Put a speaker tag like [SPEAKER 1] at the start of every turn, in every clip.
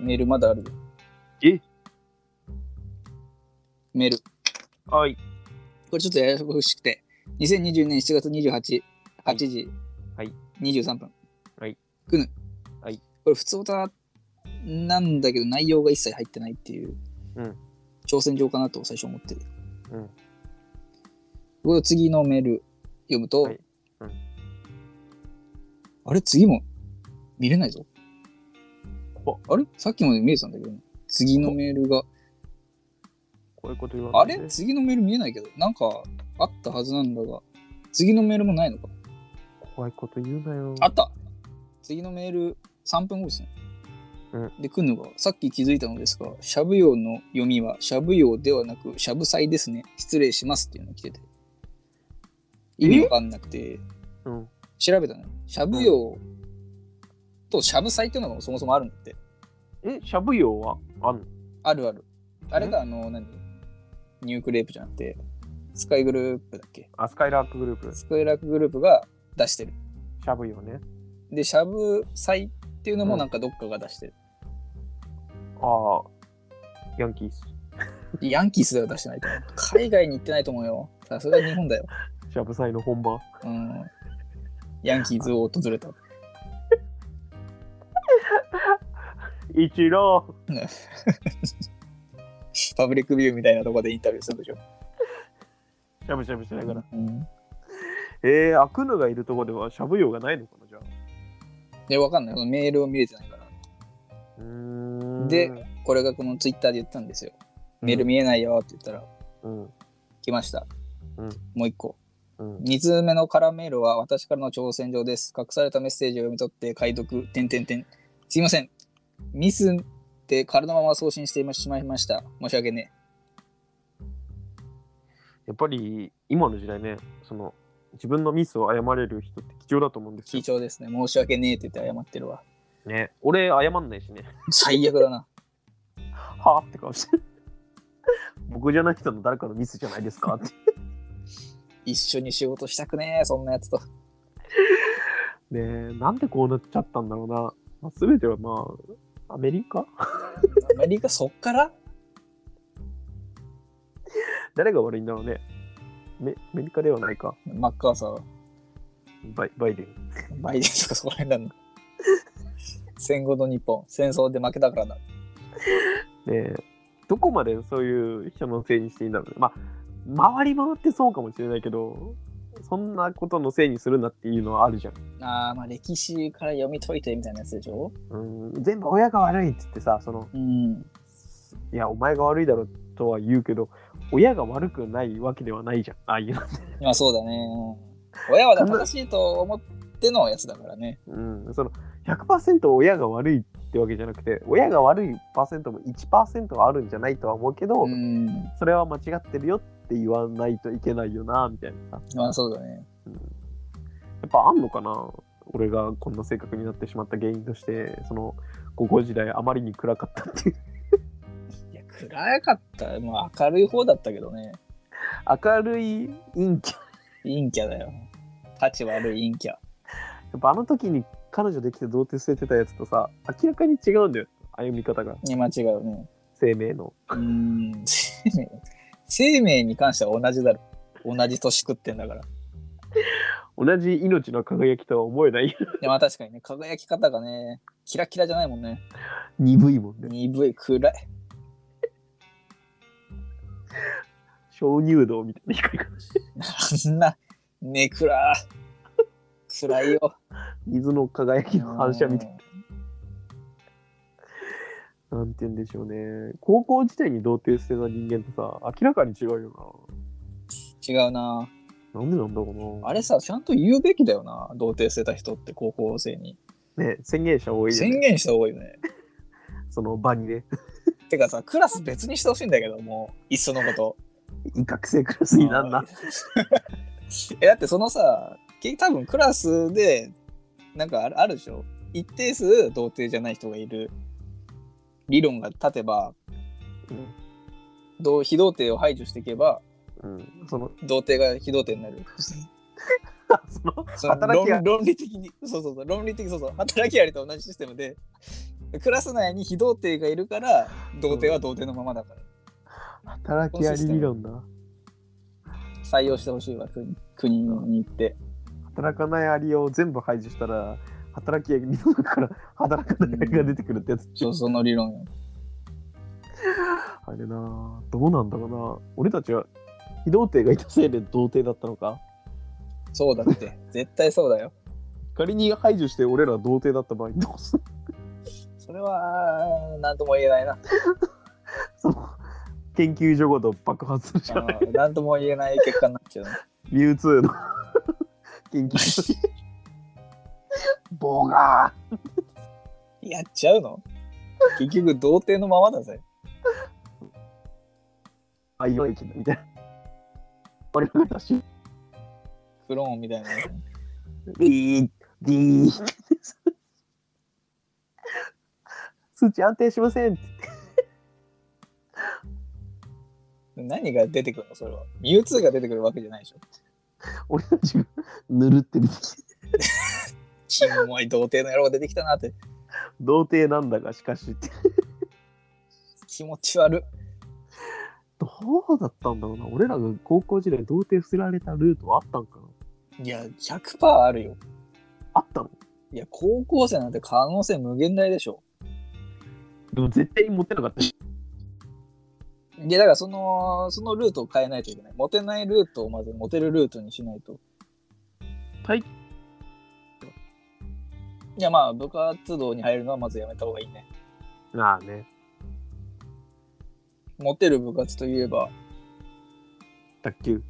[SPEAKER 1] メールまだあるよ。
[SPEAKER 2] え
[SPEAKER 1] メール。
[SPEAKER 2] はい。
[SPEAKER 1] これちょっとややこしくて、2020年7月28日、8時、
[SPEAKER 2] はい
[SPEAKER 1] 23分。
[SPEAKER 2] はい。
[SPEAKER 1] くぬ。
[SPEAKER 2] はい。
[SPEAKER 1] これ、普通歌なんだけど、内容が一切入ってないっていう、
[SPEAKER 2] うん
[SPEAKER 1] 挑戦状かなと最初思ってる。
[SPEAKER 2] うん
[SPEAKER 1] これ次のメール読むと、
[SPEAKER 2] はいうん
[SPEAKER 1] あれ、次も見れないぞ。
[SPEAKER 2] お
[SPEAKER 1] あれさっきまで見えてたんだけど、次のメールが。
[SPEAKER 2] こういうこと言
[SPEAKER 1] あ
[SPEAKER 2] わない
[SPEAKER 1] れ
[SPEAKER 2] で。
[SPEAKER 1] 次のメール見えないけど、なんかあったはずなんだが、次のメールもないのか。
[SPEAKER 2] 怖いこと言うなよ。
[SPEAKER 1] あった次のメール3分後ですね。
[SPEAKER 2] う
[SPEAKER 1] で、くんのが、さっき気づいたのですが、しゃぶ用の読みはしゃぶ用ではなく、しゃぶ祭ですね。失礼しますっていうのが来てて。意味わかんなくて、
[SPEAKER 2] うん。
[SPEAKER 1] 調べたの。しゃぶ用としゃぶ祭っていうのがそもそもあるんだって。
[SPEAKER 2] え、しゃぶ用はあんの
[SPEAKER 1] あるある。あれがあの、何ニュークレープじゃなくて、スカイグループだっけ
[SPEAKER 2] あ、スカイラークグループ。
[SPEAKER 1] スクエラグループが出してる。
[SPEAKER 2] しゃぶ用ね。
[SPEAKER 1] で、シャブ祭っていうのも
[SPEAKER 2] うん
[SPEAKER 1] なんかどっかが出してる。
[SPEAKER 2] ああ、ヤンキース。
[SPEAKER 1] ヤンキースでは出してないと思う。海外に行ってないと思うよ。さすが日本だよ。
[SPEAKER 2] しゃぶ祭の本場。
[SPEAKER 1] うん。ヤンキーズを訪れた。
[SPEAKER 2] イチロー。
[SPEAKER 1] パブリックビューみたいなとこでインタビューするでしょ。
[SPEAKER 2] しゃぶしゃぶしながら。
[SPEAKER 1] うん。
[SPEAKER 2] えー、アクヌがいるとこではしゃぶ用がないのかな、じゃあ。
[SPEAKER 1] で、わかんない。このメールを見れてないから。
[SPEAKER 2] うーん
[SPEAKER 1] で、これがこのツイッターで言ったんですよ。メール見えないよって言ったら、
[SPEAKER 2] うん。
[SPEAKER 1] 来ました。
[SPEAKER 2] うん
[SPEAKER 1] もう一個。
[SPEAKER 2] うん。
[SPEAKER 1] 2通目のカラーメールは私からの挑戦状です。隠されたメッセージを読み取って解読、点点点。すいません。ミスって体のまま送信してしまいました。申し訳ね
[SPEAKER 2] やっぱり、今の時代ね、その、自分のミスを謝れる人って貴重だと思うんで
[SPEAKER 1] え。
[SPEAKER 2] す
[SPEAKER 1] 貴
[SPEAKER 2] よ。
[SPEAKER 1] 重ですね。申し訳ねえって言って謝ってるわ。
[SPEAKER 2] ね。俺、謝んないしね。
[SPEAKER 1] 最悪だな。
[SPEAKER 2] はあって顔して。僕じゃない人の誰かのミスじゃないですかって。
[SPEAKER 1] 一緒に仕事したくねえ、そんなやつと。
[SPEAKER 2] ねえ、なんでこうなっちゃったんだろうな。まあ、全てはまあ、アメリカ
[SPEAKER 1] アメリカそっから
[SPEAKER 2] 誰が悪いんだろうね。めアメリカではないか。
[SPEAKER 1] マッカーサー、
[SPEAKER 2] バイバイデン。
[SPEAKER 1] バイデンとかそこら辺なんだ。戦後の日本、戦争で負けたからだ。
[SPEAKER 2] ねえ、どこまでそういう人のせいにしていいんだろうね。まあ、回り回ってそうかもしれないけど、そんなことのせいにするなっていうのはあるじゃん。
[SPEAKER 1] あー、まあ歴史から読み解いてみたいなやつでしょ
[SPEAKER 2] うん、全部親が悪いって言ってさ、その、
[SPEAKER 1] うん。
[SPEAKER 2] いや、お前が悪いだろとは言うけど、親が悪くないわけではないじゃん。ああいう
[SPEAKER 1] まあそうだね。親は正しいと思ってのやつだからね。
[SPEAKER 2] うん、その100%親が悪いってわけじゃなくて親が悪いパーセントも1%はあるんじゃないとは思うけど、
[SPEAKER 1] うん。
[SPEAKER 2] それは間違ってるよって言わないといけないよなみたいなさ、
[SPEAKER 1] まあそうだね。
[SPEAKER 2] うん、やっぱあんのかな俺がこんな性格になってしまった原因としてその高校時代あまりに暗かったっていう
[SPEAKER 1] いや、暗かった。まあ明るい方だったけどね。
[SPEAKER 2] 明るい陰キャ
[SPEAKER 1] 陰キャだよ。立ち悪い陰キャ。
[SPEAKER 2] やっぱあの時に彼女できて童貞捨ててたやつとさ明らかに違うんだよ歩み方が
[SPEAKER 1] に間違うね。
[SPEAKER 2] 生命の
[SPEAKER 1] うん。生命。生命に関しては同じだろ。同じ年食ってんだから。
[SPEAKER 2] 同じ命の輝きとは思えない
[SPEAKER 1] でまあ確かにね、輝き方がね、キラキラじゃないもんね。
[SPEAKER 2] 鈍いもんね
[SPEAKER 1] 鈍い、暗い。
[SPEAKER 2] 鍾乳洞みたいな光が
[SPEAKER 1] あんな、ね、暗い。暗い よ。
[SPEAKER 2] 水の輝きの反射みたいな。なんて言うんでしょうね。高校時代に童貞捨てた人間ってさ、明らかに違うよ
[SPEAKER 1] 違うな。
[SPEAKER 2] な。なんでなんだろう
[SPEAKER 1] あれさ、ちゃんと言うべきだよな、童貞捨てた人って高校生に。
[SPEAKER 2] な。ね、宣言者多いよ
[SPEAKER 1] 宣
[SPEAKER 2] ね。
[SPEAKER 1] 言した方がいいよね。
[SPEAKER 2] その場にね、
[SPEAKER 1] てかさ、クラス別にしてほしいんだけど、もう、いっそのこと。
[SPEAKER 2] 威嚇性クラスになんな。。
[SPEAKER 1] え、だってそのさ、結局多分クラスで、なんかあるあるでしょ一定数童貞じゃない人がいる理論が立てば、どう非童貞を排除していけば、
[SPEAKER 2] うん、その、
[SPEAKER 1] 童貞が非童貞になる。
[SPEAKER 2] その、
[SPEAKER 1] その
[SPEAKER 2] 働きが
[SPEAKER 1] 論論理的にそうそうそう論理的そうそう働きありと同じシステムでクラス内に非童貞がいるから、童貞は童貞のままだから。
[SPEAKER 2] 働きあり理論だ。
[SPEAKER 1] 採用してほしいわ、国国に行って。
[SPEAKER 2] 働かないアリを全部排除したら、働きアリの中から働かないアリが出てくるってやつ。
[SPEAKER 1] そう、その理論よ。
[SPEAKER 2] あれなぁどうなんだろうな俺たちは、非童貞がいたせいで童貞だったのか
[SPEAKER 1] そうだって、絶対そうだよ。
[SPEAKER 2] 仮に排除して俺ら童貞だった場合、どうする
[SPEAKER 1] それは、なんとも言えないな。
[SPEAKER 2] その研究所ごと爆発するじゃん。
[SPEAKER 1] あのなんとも言えない結果になっちゃうね。
[SPEAKER 2] ミュウツーの研究所に。ボガ
[SPEAKER 1] やっちゃうの結局、童貞のままだぜ。
[SPEAKER 2] ーあ、良い気だみたいな。俺の私、
[SPEAKER 1] クローンみたいな。
[SPEAKER 2] ビー、ビー。数値安定しません。
[SPEAKER 1] 何が出てくるのそれは。ミュウツーが出てくるわけじゃないでしょ。
[SPEAKER 2] 俺たちがぬるって出てきて
[SPEAKER 1] キモい童貞の野郎が出てきたなって。
[SPEAKER 2] 童貞なんだがしかしって
[SPEAKER 1] 気持ち悪っ。
[SPEAKER 2] どうだったんだろうな俺らが高校時代童貞捨てられたルートはあったんかない
[SPEAKER 1] や、100%あるよ。
[SPEAKER 2] あったの
[SPEAKER 1] いや、高校生なんて可能性無限大でしょ。
[SPEAKER 2] でも絶対に持ってなかったし
[SPEAKER 1] いや、だからその、そのルートを変えないといけない。モテないルートをまずモテるルートにしないと。
[SPEAKER 2] 体
[SPEAKER 1] いや、まあ、部活動に入るのはまずやめた方がいいね。
[SPEAKER 2] まあね
[SPEAKER 1] モテる部活といえば、
[SPEAKER 2] 卓球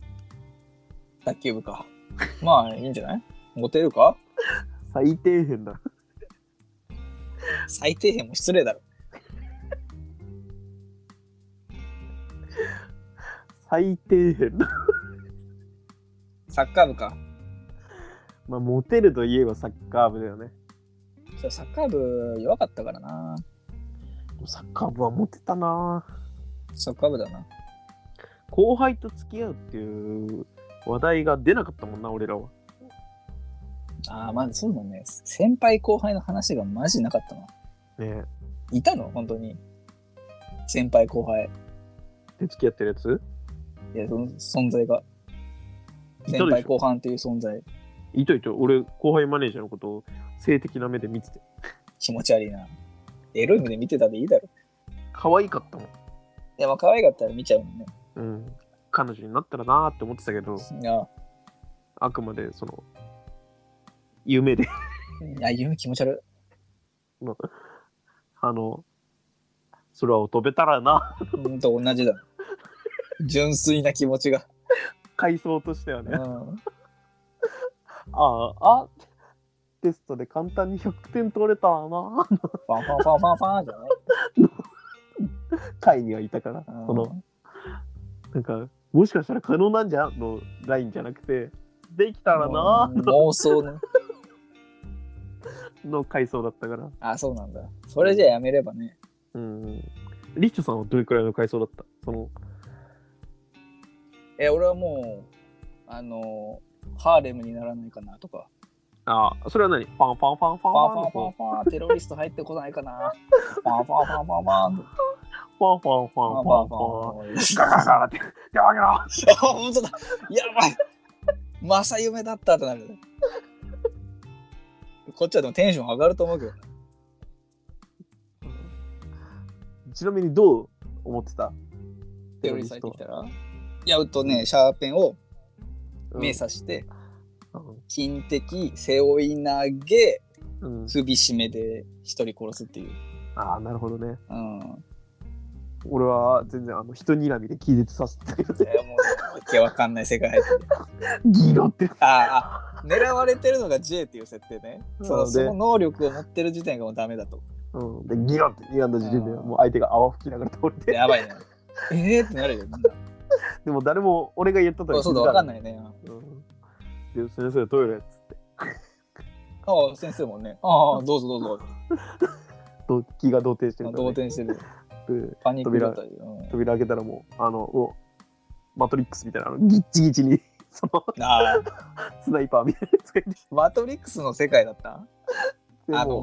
[SPEAKER 1] 卓球部か。まあ、いいんじゃないモテるか
[SPEAKER 2] 最底辺だ
[SPEAKER 1] 最底辺も失礼だろ。
[SPEAKER 2] 最底辺だ
[SPEAKER 1] サッカー部か。
[SPEAKER 2] まあモテるといえばサッカー部だよね
[SPEAKER 1] そうサッカー部弱かったからな。
[SPEAKER 2] サッカー部はモテたな
[SPEAKER 1] サッカー部だな。
[SPEAKER 2] 後輩と付き合うっていう話題が出なかったもんな俺らは
[SPEAKER 1] ああ、まあ、そうだね。先輩後輩の話がマジなかったな。
[SPEAKER 2] ね
[SPEAKER 1] いたの本当に。先輩後輩。
[SPEAKER 2] で付き合ってるやつ
[SPEAKER 1] いや、その存在が。
[SPEAKER 2] いたでし
[SPEAKER 1] 先
[SPEAKER 2] ょ
[SPEAKER 1] 輩後半っていう存在。
[SPEAKER 2] いといと俺後輩マネージャーのことを性的な目で見てて
[SPEAKER 1] 気持ち悪いな。エロい目で見てたでいいだろ。
[SPEAKER 2] 可愛かったもん
[SPEAKER 1] いや、まあ、可愛かったら見ちゃうもんね。
[SPEAKER 2] うん、彼女になったらなーって思ってたけど、
[SPEAKER 1] いや、
[SPEAKER 2] あくまでその、夢で、
[SPEAKER 1] いや夢気持ち悪
[SPEAKER 2] あの、空を飛べたらな、
[SPEAKER 1] い。うんと同じだ。純粋な気持ちが。
[SPEAKER 2] 階層としては
[SPEAKER 1] う
[SPEAKER 2] ね、
[SPEAKER 1] ん。
[SPEAKER 2] あーあ、テストで簡単に100点取れたらな、
[SPEAKER 1] ファンファンファンファンファンじゃない。
[SPEAKER 2] 会にはいたから、
[SPEAKER 1] うん
[SPEAKER 2] その、なんか、もしかしたら可能なんじゃのラインじゃなくて、できたらな
[SPEAKER 1] うん妄想の。
[SPEAKER 2] ーの階層だったから、
[SPEAKER 1] あ、そうなんだ。それじゃやめればね。
[SPEAKER 2] うん。リッチョさんはどれくらいの階層だったその、
[SPEAKER 1] え、俺はもう、あの、ハーレムにならないかなとか、
[SPEAKER 2] あーそれは何ファンファンファンファン
[SPEAKER 1] ファン
[SPEAKER 2] フ
[SPEAKER 1] フ
[SPEAKER 2] ァ
[SPEAKER 1] ァ
[SPEAKER 2] ンの
[SPEAKER 1] ンファン
[SPEAKER 2] 方
[SPEAKER 1] ファン、テロリスト入ってこないかな。ファンファンファンファンファン。
[SPEAKER 2] ファンファンフ
[SPEAKER 1] ファンファンファンファン
[SPEAKER 2] ァンファンファン。
[SPEAKER 1] あ
[SPEAKER 2] ガガガって、やばいな。
[SPEAKER 1] 本当だやばい正夢だったってなるねこっちはでもテンション上がると思うけどね
[SPEAKER 2] ちなみにどう思ってた
[SPEAKER 1] テロリスト入ってきたらいやうとねシャーペンを目指して金的背負い投げ
[SPEAKER 2] うんうん
[SPEAKER 1] 首絞めで一人殺すっていう、
[SPEAKER 2] ああ、なるほどね。
[SPEAKER 1] うん、
[SPEAKER 2] 俺は全然あの人睨みで気絶させてる。
[SPEAKER 1] いやもうわけわかんない世界入ってる
[SPEAKER 2] ギロって。
[SPEAKER 1] あーあ狙われてるのが J っていう設定ねその
[SPEAKER 2] そう
[SPEAKER 1] そ
[SPEAKER 2] ね
[SPEAKER 1] の能力を持ってる時点がもうダメだと
[SPEAKER 2] うん。で、ギロって睨んだ時点で、
[SPEAKER 1] うん
[SPEAKER 2] もう相手が泡吹きながら倒れて。
[SPEAKER 1] やばいねえーってなるよみんな
[SPEAKER 2] でも誰も俺が言ったとは
[SPEAKER 1] あそうだ、
[SPEAKER 2] 気づ
[SPEAKER 1] わかんないね。
[SPEAKER 2] うんで、先生トイレっつって、
[SPEAKER 1] ああ、先生もね。ああ、どうぞどうぞ。
[SPEAKER 2] ど気が動転して
[SPEAKER 1] あ
[SPEAKER 2] る
[SPEAKER 1] あ
[SPEAKER 2] から
[SPEAKER 1] 動
[SPEAKER 2] ね、
[SPEAKER 1] 転してる。
[SPEAKER 2] うん
[SPEAKER 1] パニック状態。うん
[SPEAKER 2] 扉開けたらもう、あの、もうマトリックスみたいな、あのギッチギチに、その、
[SPEAKER 1] ああ、
[SPEAKER 2] スナイパーみたいなやつがいて
[SPEAKER 1] マトリックスの世界だった
[SPEAKER 2] で
[SPEAKER 1] あ
[SPEAKER 2] も
[SPEAKER 1] の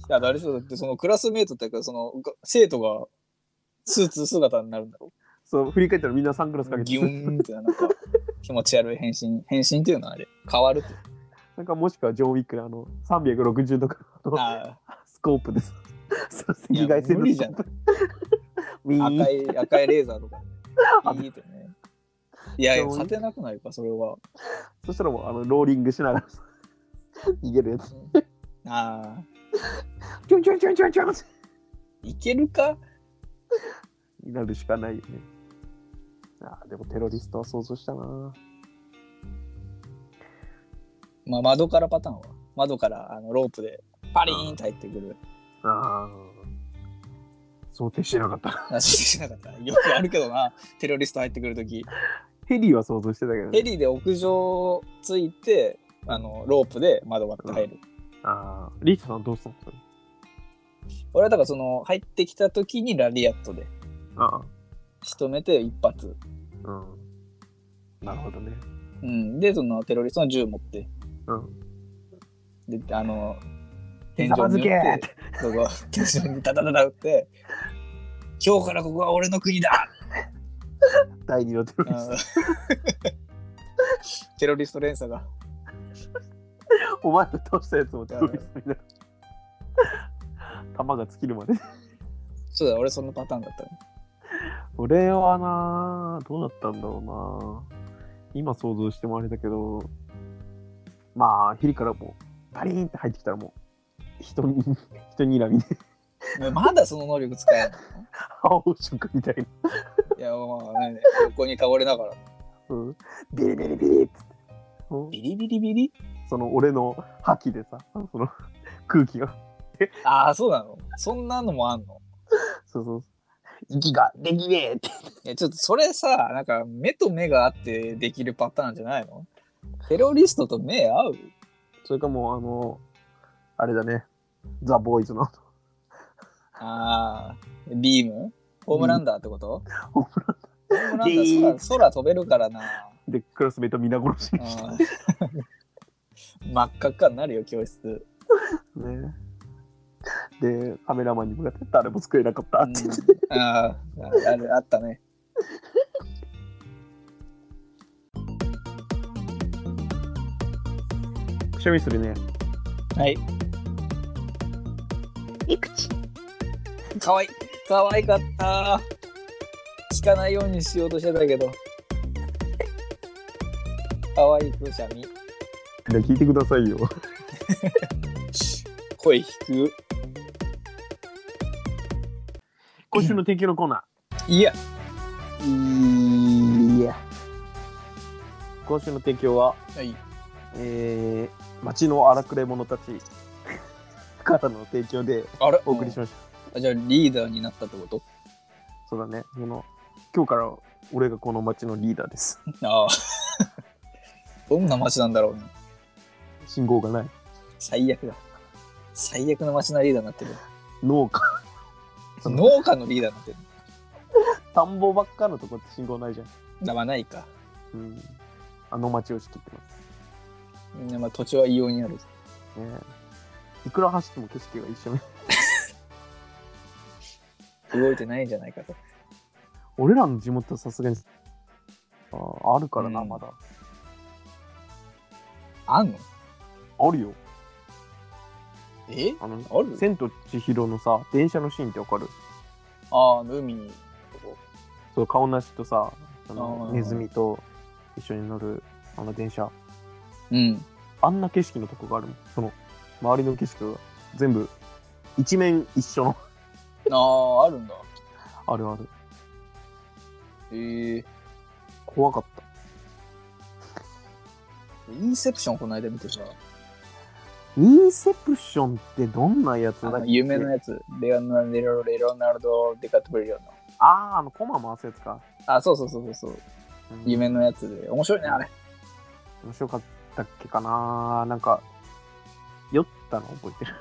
[SPEAKER 2] う
[SPEAKER 1] や、誰しょだって、そのクラスメイトっていうか、そのが生徒がスーツ姿になるんだろ
[SPEAKER 2] そう、振り返ったらみんなサングラスかけて
[SPEAKER 1] ギュ
[SPEAKER 2] る。
[SPEAKER 1] ーンってなんか気持ち悪い変身、変身っていうのはあれ、変わるって。
[SPEAKER 2] なんかもしくはジョン・ウィックのあの、360度から
[SPEAKER 1] あ
[SPEAKER 2] のスコープです。そう赤
[SPEAKER 1] いや
[SPEAKER 2] 外線
[SPEAKER 1] 無
[SPEAKER 2] の
[SPEAKER 1] 理
[SPEAKER 2] ス
[SPEAKER 1] じ
[SPEAKER 2] コ
[SPEAKER 1] ゃな
[SPEAKER 2] ー
[SPEAKER 1] い
[SPEAKER 2] プ。ウィ
[SPEAKER 1] あ
[SPEAKER 2] ーン
[SPEAKER 1] 赤い、赤いレーザーとか、 いいとね。いやいや、勝てなくないか、それは。
[SPEAKER 2] そしたらもうあのローリングしながら逃げるやつ。
[SPEAKER 1] ああ、
[SPEAKER 2] チョンチョンチョンチョンチョンって
[SPEAKER 1] いけるか
[SPEAKER 2] になるしかないよね。あーでもテロリストは想像したな。
[SPEAKER 1] まあ、窓からパターンは。窓からあのロープでパリーンと入ってくる。
[SPEAKER 2] あー想定してなかった。
[SPEAKER 1] あ、しなかった。よくあるけどな、テロリスト入ってくるとき。
[SPEAKER 2] ヘリは想像してたけど
[SPEAKER 1] ヘ
[SPEAKER 2] ね。
[SPEAKER 1] リで屋上ついて、あの、ロープで窓割って入る。
[SPEAKER 2] あーリーチさんどうしたんですか
[SPEAKER 1] 俺はだからその、入ってきたときにラリアットで
[SPEAKER 2] あ
[SPEAKER 1] 仕留めて一発。
[SPEAKER 2] あ、うん。なるほどね。
[SPEAKER 1] うん。で、そのテロリストの銃持って。
[SPEAKER 2] うん。
[SPEAKER 1] で、あの、
[SPEAKER 2] ひ
[SPEAKER 1] 天井
[SPEAKER 2] ざまず
[SPEAKER 1] に
[SPEAKER 2] け
[SPEAKER 1] 打って、そこ、 天井にダダダダ打って、今日からここは俺の国だ
[SPEAKER 2] 第二のテロリス
[SPEAKER 1] うん テロリスト連鎖が。
[SPEAKER 2] ト。お前の倒したやつもテロリストになる。弾が尽きるまで。
[SPEAKER 1] そうだ、俺そのパターンだったね。
[SPEAKER 2] 俺はなあどうだったんだろうな今想像してもあれだけどまあヘリからもうパリーンって入ってきたらもう人に 人にらみで
[SPEAKER 1] お前まだその能力使 えない
[SPEAKER 2] 青色みたいな、
[SPEAKER 1] いや、まあ、ね、横に倒れながら。
[SPEAKER 2] うん、ビリビリビリっつってもう
[SPEAKER 1] ビリビリビリ
[SPEAKER 2] その俺の覇気でさその空気が
[SPEAKER 1] ああ、そうなのそんなのもあんの
[SPEAKER 2] そうそう息ができねえって
[SPEAKER 1] いや、ちょっとそれさ、なんか目と目があってできるパターンじゃないのテロリストと目合う
[SPEAKER 2] それかもうあのあれだねザ・ボーイズの
[SPEAKER 1] ああ、ビームホームランダーってこと、
[SPEAKER 2] ホ
[SPEAKER 1] ホーム
[SPEAKER 2] ーム
[SPEAKER 1] ランダー空空飛べるからな。
[SPEAKER 2] でクラスメイト皆殺し
[SPEAKER 1] うん
[SPEAKER 2] にした
[SPEAKER 1] 真っ赤っかになるよ、教室。
[SPEAKER 2] ね。 で、カメラマンに向かって、誰も救えなかった
[SPEAKER 1] う
[SPEAKER 2] って言って、
[SPEAKER 1] ん、あーあるあったね。
[SPEAKER 2] くしゃみするね。
[SPEAKER 1] はい。
[SPEAKER 2] いくち。
[SPEAKER 1] かわいい。かわいかった。聞かないようにしようとしてたけど。かわいいくしゃみ。
[SPEAKER 2] じゃ聞いてくださいよ。
[SPEAKER 1] 声引く。
[SPEAKER 2] 今週の天気のコーナ
[SPEAKER 1] いや、
[SPEAKER 2] ー。いや。今週の提供は、
[SPEAKER 1] はい。
[SPEAKER 2] えー、町の荒くれ者たち 方の提供で
[SPEAKER 1] あれ
[SPEAKER 2] お送りしました。
[SPEAKER 1] あじゃあリーダーになったってこと
[SPEAKER 2] そうだね。この、今日から俺がこの町のリーダーです。
[SPEAKER 1] ああ。 どんな街なんだろうね。
[SPEAKER 2] 信号がない。
[SPEAKER 1] 最悪だ。最悪の街のリーダーになってる。
[SPEAKER 2] 農家。
[SPEAKER 1] 農家のリーダーになってる。
[SPEAKER 2] 田んぼばっかのとこって信号ないじゃん。
[SPEAKER 1] だまないか。
[SPEAKER 2] うん。あの町を仕切ってます。
[SPEAKER 1] ねまあ、土地は異様にある。
[SPEAKER 2] ねえいくら走っても景色が一緒ね
[SPEAKER 1] 動いてないんじゃないかと。
[SPEAKER 2] 俺らの地元はさすがにあーあるからな、
[SPEAKER 1] うん
[SPEAKER 2] まだ
[SPEAKER 1] あんの
[SPEAKER 2] あるよ
[SPEAKER 1] え
[SPEAKER 2] あの
[SPEAKER 1] あ
[SPEAKER 2] 「
[SPEAKER 1] る
[SPEAKER 2] 千と千尋」のさ電車のシーンってわかる
[SPEAKER 1] ああの、海に。
[SPEAKER 2] そう顔なしとさあの
[SPEAKER 1] あー
[SPEAKER 2] ネズミと一緒に乗るあの電車
[SPEAKER 1] うん。
[SPEAKER 2] あんな景色のとこがあるもんその周りの景色が全部一面一緒の
[SPEAKER 1] ああ、あるんだ。
[SPEAKER 2] あるある
[SPEAKER 1] ええ
[SPEAKER 2] 怖かった
[SPEAKER 1] インセプションこの間見てさ、
[SPEAKER 2] インセプションってどんなやつ
[SPEAKER 1] あ
[SPEAKER 2] だっ
[SPEAKER 1] の
[SPEAKER 2] け
[SPEAKER 1] 有名なやつ、レオナルド・レオナルド・デカトリオの。
[SPEAKER 2] あーあのコマ回すやつか、
[SPEAKER 1] あ、そうそうそうそうそう、
[SPEAKER 2] うん
[SPEAKER 1] 夢のやつで、面白いね、あれ。
[SPEAKER 2] 面白かったっけかななんか酔ったの覚えてる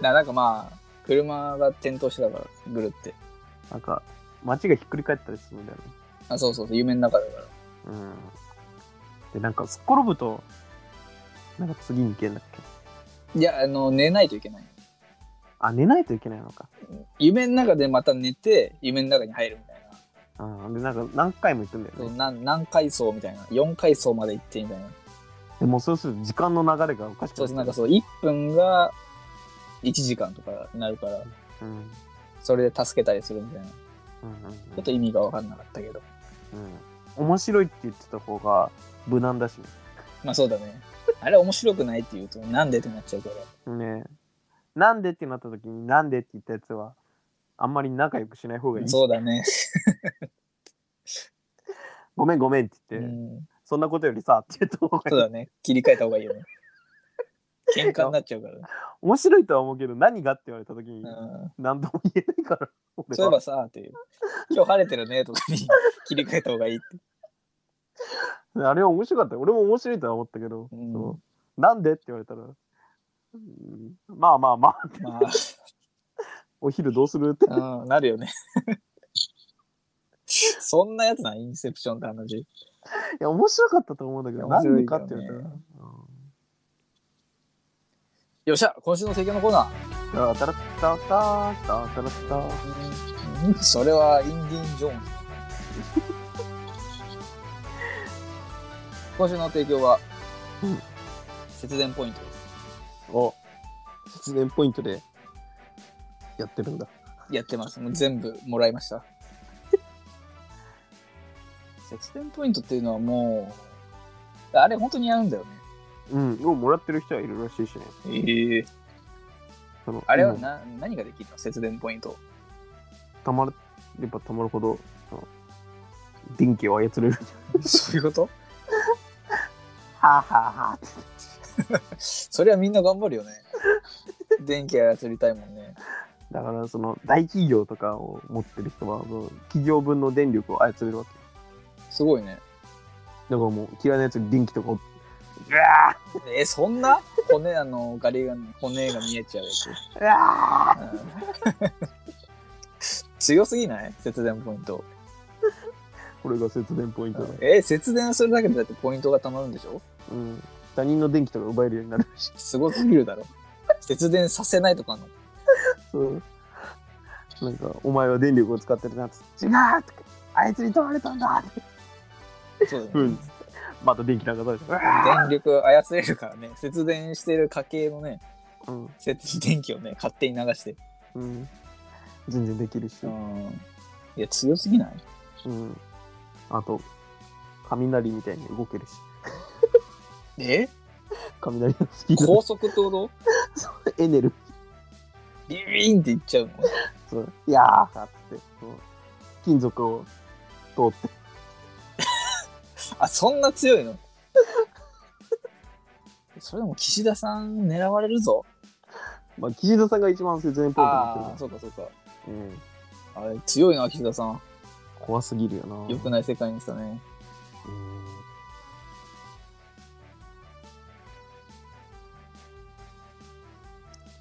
[SPEAKER 1] ななんかまあ、車が転倒してたから、ぐるって。
[SPEAKER 2] なんか街がひっくり返ったりするんだよね
[SPEAKER 1] あ、そうそうそう、夢の中だから。
[SPEAKER 2] うんでなんかすっ転ぶとなんか次に行けんだっけ
[SPEAKER 1] いや、あの、寝ないといけない。
[SPEAKER 2] あ、寝ないといけないのか。
[SPEAKER 1] 夢の中でまた寝て、夢の中に入るみたいな。
[SPEAKER 2] うん。で、なんか何回も行くんだ
[SPEAKER 1] そ
[SPEAKER 2] よ
[SPEAKER 1] う
[SPEAKER 2] ね。
[SPEAKER 1] なん何階層みたいな。4階層まで行ってみたいな。
[SPEAKER 2] でもそうすると時間の流れがおかしく
[SPEAKER 1] そうです。なんか
[SPEAKER 2] そ
[SPEAKER 1] そう、1分が1時間とかになるから、
[SPEAKER 2] うん。うん
[SPEAKER 1] それで助けたりするみたいな。ち
[SPEAKER 2] うんうん。
[SPEAKER 1] ょっと意味が分かんなかったけど。
[SPEAKER 2] うん。面白いって言ってた方が無難だしね。
[SPEAKER 1] まあそうだね。あれ面白くないって言うと、なんでってなっちゃうから。
[SPEAKER 2] ねなんでってなった時になんでって言ったやつはあんまり仲良くしない方がいい。
[SPEAKER 1] そうだね。
[SPEAKER 2] ごめんごめんって
[SPEAKER 1] う
[SPEAKER 2] 言って、
[SPEAKER 1] ん、
[SPEAKER 2] そんなことよりさって言った方がい
[SPEAKER 1] そ。
[SPEAKER 2] いう
[SPEAKER 1] だね。切り替えた方がいいよね。喧嘩になっちゃうから。
[SPEAKER 2] 面白いとは思うけど何がって言われた時に
[SPEAKER 1] うん、
[SPEAKER 2] 何とも言えないから。俺は
[SPEAKER 1] そういえばさ、っていう。今日晴れてるねとかに切り替えた方がいいって。
[SPEAKER 2] あれは面白かったよ。俺も面白いとは思ったけど、
[SPEAKER 1] うん
[SPEAKER 2] そうなんでって言われたら、うんまあまあまあ、
[SPEAKER 1] ま
[SPEAKER 2] お昼どうするって。
[SPEAKER 1] あ、うん、なるよね。 そんなやつな、インセプションって話。
[SPEAKER 2] いや、面白かったと思うんだけど、
[SPEAKER 1] 面
[SPEAKER 2] なん
[SPEAKER 1] 白
[SPEAKER 2] で
[SPEAKER 1] いけ
[SPEAKER 2] か
[SPEAKER 1] ど
[SPEAKER 2] っ
[SPEAKER 1] ね
[SPEAKER 2] て言われたら。うん
[SPEAKER 1] よっしゃ、今週の提供のコーナ
[SPEAKER 2] タタラッタタタタラッタ
[SPEAKER 1] ー。うんそれはインディーン・ジョーンズ。 今週の提供は
[SPEAKER 2] うん、
[SPEAKER 1] 節電ポイントです。
[SPEAKER 2] お節電ポイントでやってるんだ。
[SPEAKER 1] やってます。もう全部もらいました。 節電ポイントっていうのはもう、あれ本当にやるんだよね。
[SPEAKER 2] うん、もうもらってる人はいるらしいしね。
[SPEAKER 1] ええ
[SPEAKER 2] その
[SPEAKER 1] あれは
[SPEAKER 2] うん
[SPEAKER 1] な、何ができるの節電ポイント。
[SPEAKER 2] たまればたまるほど、その電気を操れる。
[SPEAKER 1] そういうこと
[SPEAKER 2] はあ、はあはあ、
[SPEAKER 1] それはみんな頑張るよ ね。電気操りたいもんね。
[SPEAKER 2] だからその大企業とかを持ってる人はその企業分の電力を操れるわけ
[SPEAKER 1] すごいね。
[SPEAKER 2] だからもう嫌いなやつに電気とかをうわ
[SPEAKER 1] え、そんな骨、あの、ガリガリ、骨が見えちゃうやつ。
[SPEAKER 2] ーうわ
[SPEAKER 1] うん 強すぎない節電ポイント。
[SPEAKER 2] ーこれが節電ポイントだ、
[SPEAKER 1] え、節電するだけでだってポイントがたまるんでしょ
[SPEAKER 2] うん、他人の電気とか奪えるようになるし
[SPEAKER 1] すごすぎるだろ。節電させないとかの。
[SPEAKER 2] そうなんかお前は電力を使ってるなっつって違うとかあいつに取られたんだって
[SPEAKER 1] そうだ
[SPEAKER 2] う
[SPEAKER 1] ね。
[SPEAKER 2] んまた電気流されてうわ
[SPEAKER 1] 電力操れるからね、節電してる家計のね、
[SPEAKER 2] ーうん
[SPEAKER 1] 節電気をね、勝手に流して。
[SPEAKER 2] うん全然できるし、
[SPEAKER 1] うん。いや、強すぎない
[SPEAKER 2] うん、あと雷みたいに動けるし
[SPEAKER 1] え
[SPEAKER 2] 雷のスピード
[SPEAKER 1] 高速とどう
[SPEAKER 2] エネル
[SPEAKER 1] ビビーンっていっちゃうの
[SPEAKER 2] そういやーかっつって、そう金属を通って、
[SPEAKER 1] あ、そんな強いの それでも岸田さん狙われるぞ。
[SPEAKER 2] まあ、岸田さんが一番節電ポイント持
[SPEAKER 1] あ
[SPEAKER 2] っ
[SPEAKER 1] ー、
[SPEAKER 2] て
[SPEAKER 1] そうかそうか。
[SPEAKER 2] るから、うん、
[SPEAKER 1] あれ強いな、岸田さん。
[SPEAKER 2] 怖すぎるよな。
[SPEAKER 1] 良くない世界にしたね。